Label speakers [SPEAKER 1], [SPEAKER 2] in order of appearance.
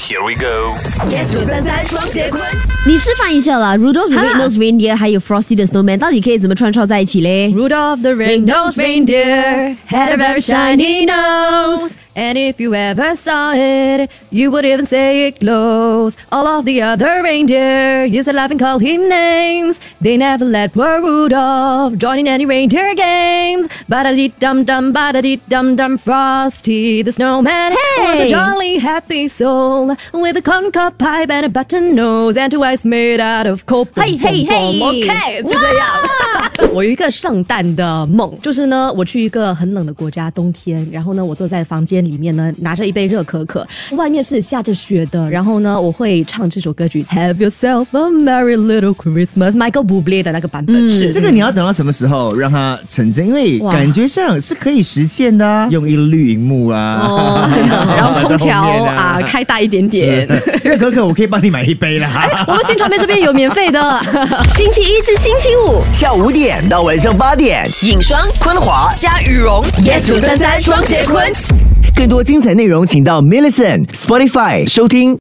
[SPEAKER 1] Here we go。
[SPEAKER 2] yes 九三三双节棍。
[SPEAKER 3] 你示范一下啦，Rudolph the
[SPEAKER 2] 哈
[SPEAKER 3] Red-Nosed Reindeer 还有 Frosty the Snowman 到底可以怎么穿插在一起嘞？
[SPEAKER 2] Rudolph the red-nosed reindeer had a very shiny nose. And if you ever saw it, you would even say it glows. All of the other reindeer used to laugh and call him names. They never let poor Rudolph join in any reindeer games. Bada dee dum dum, bada dee dum dum, Frosty the snowman was a
[SPEAKER 3] Hey!
[SPEAKER 2] jolly happy soul with a corncob pipe and a button nose and two eyes made out of coal.
[SPEAKER 3] 嘿嘿嘿
[SPEAKER 2] OK，就这样。 我有一个圣诞的梦，就是呢，我去一个很冷的国家，冬天，然后呢，我坐在房间里面呢，拿着一杯热可可，外面是下着雪的，然后呢，我会唱这首歌曲《Have Yourself a Merry Little Christmas》，Michael Bublé 的那个版本是
[SPEAKER 4] 嗯
[SPEAKER 5] 这个你要等到什么时候让它成真？因为
[SPEAKER 2] 哇
[SPEAKER 5] 感觉上是可以实现的、
[SPEAKER 4] 嗯
[SPEAKER 5] 啊，用一绿荧幕啊，
[SPEAKER 2] 哦，真的， 然后空调
[SPEAKER 5] 在后面
[SPEAKER 2] 啊
[SPEAKER 5] 啊嗯
[SPEAKER 2] 开大一点点。
[SPEAKER 5] 热可可我可以帮你买一杯啦。
[SPEAKER 2] 我们新传媒这边有免费的。
[SPEAKER 6] 星期一至星期五，
[SPEAKER 4] 下午五点到晚上八点，
[SPEAKER 6] 影双
[SPEAKER 4] 昆华。
[SPEAKER 6] 加羽绒，yes
[SPEAKER 2] 933双节棍。
[SPEAKER 4] 更多精彩内容，请到 Millison Spotify 收听。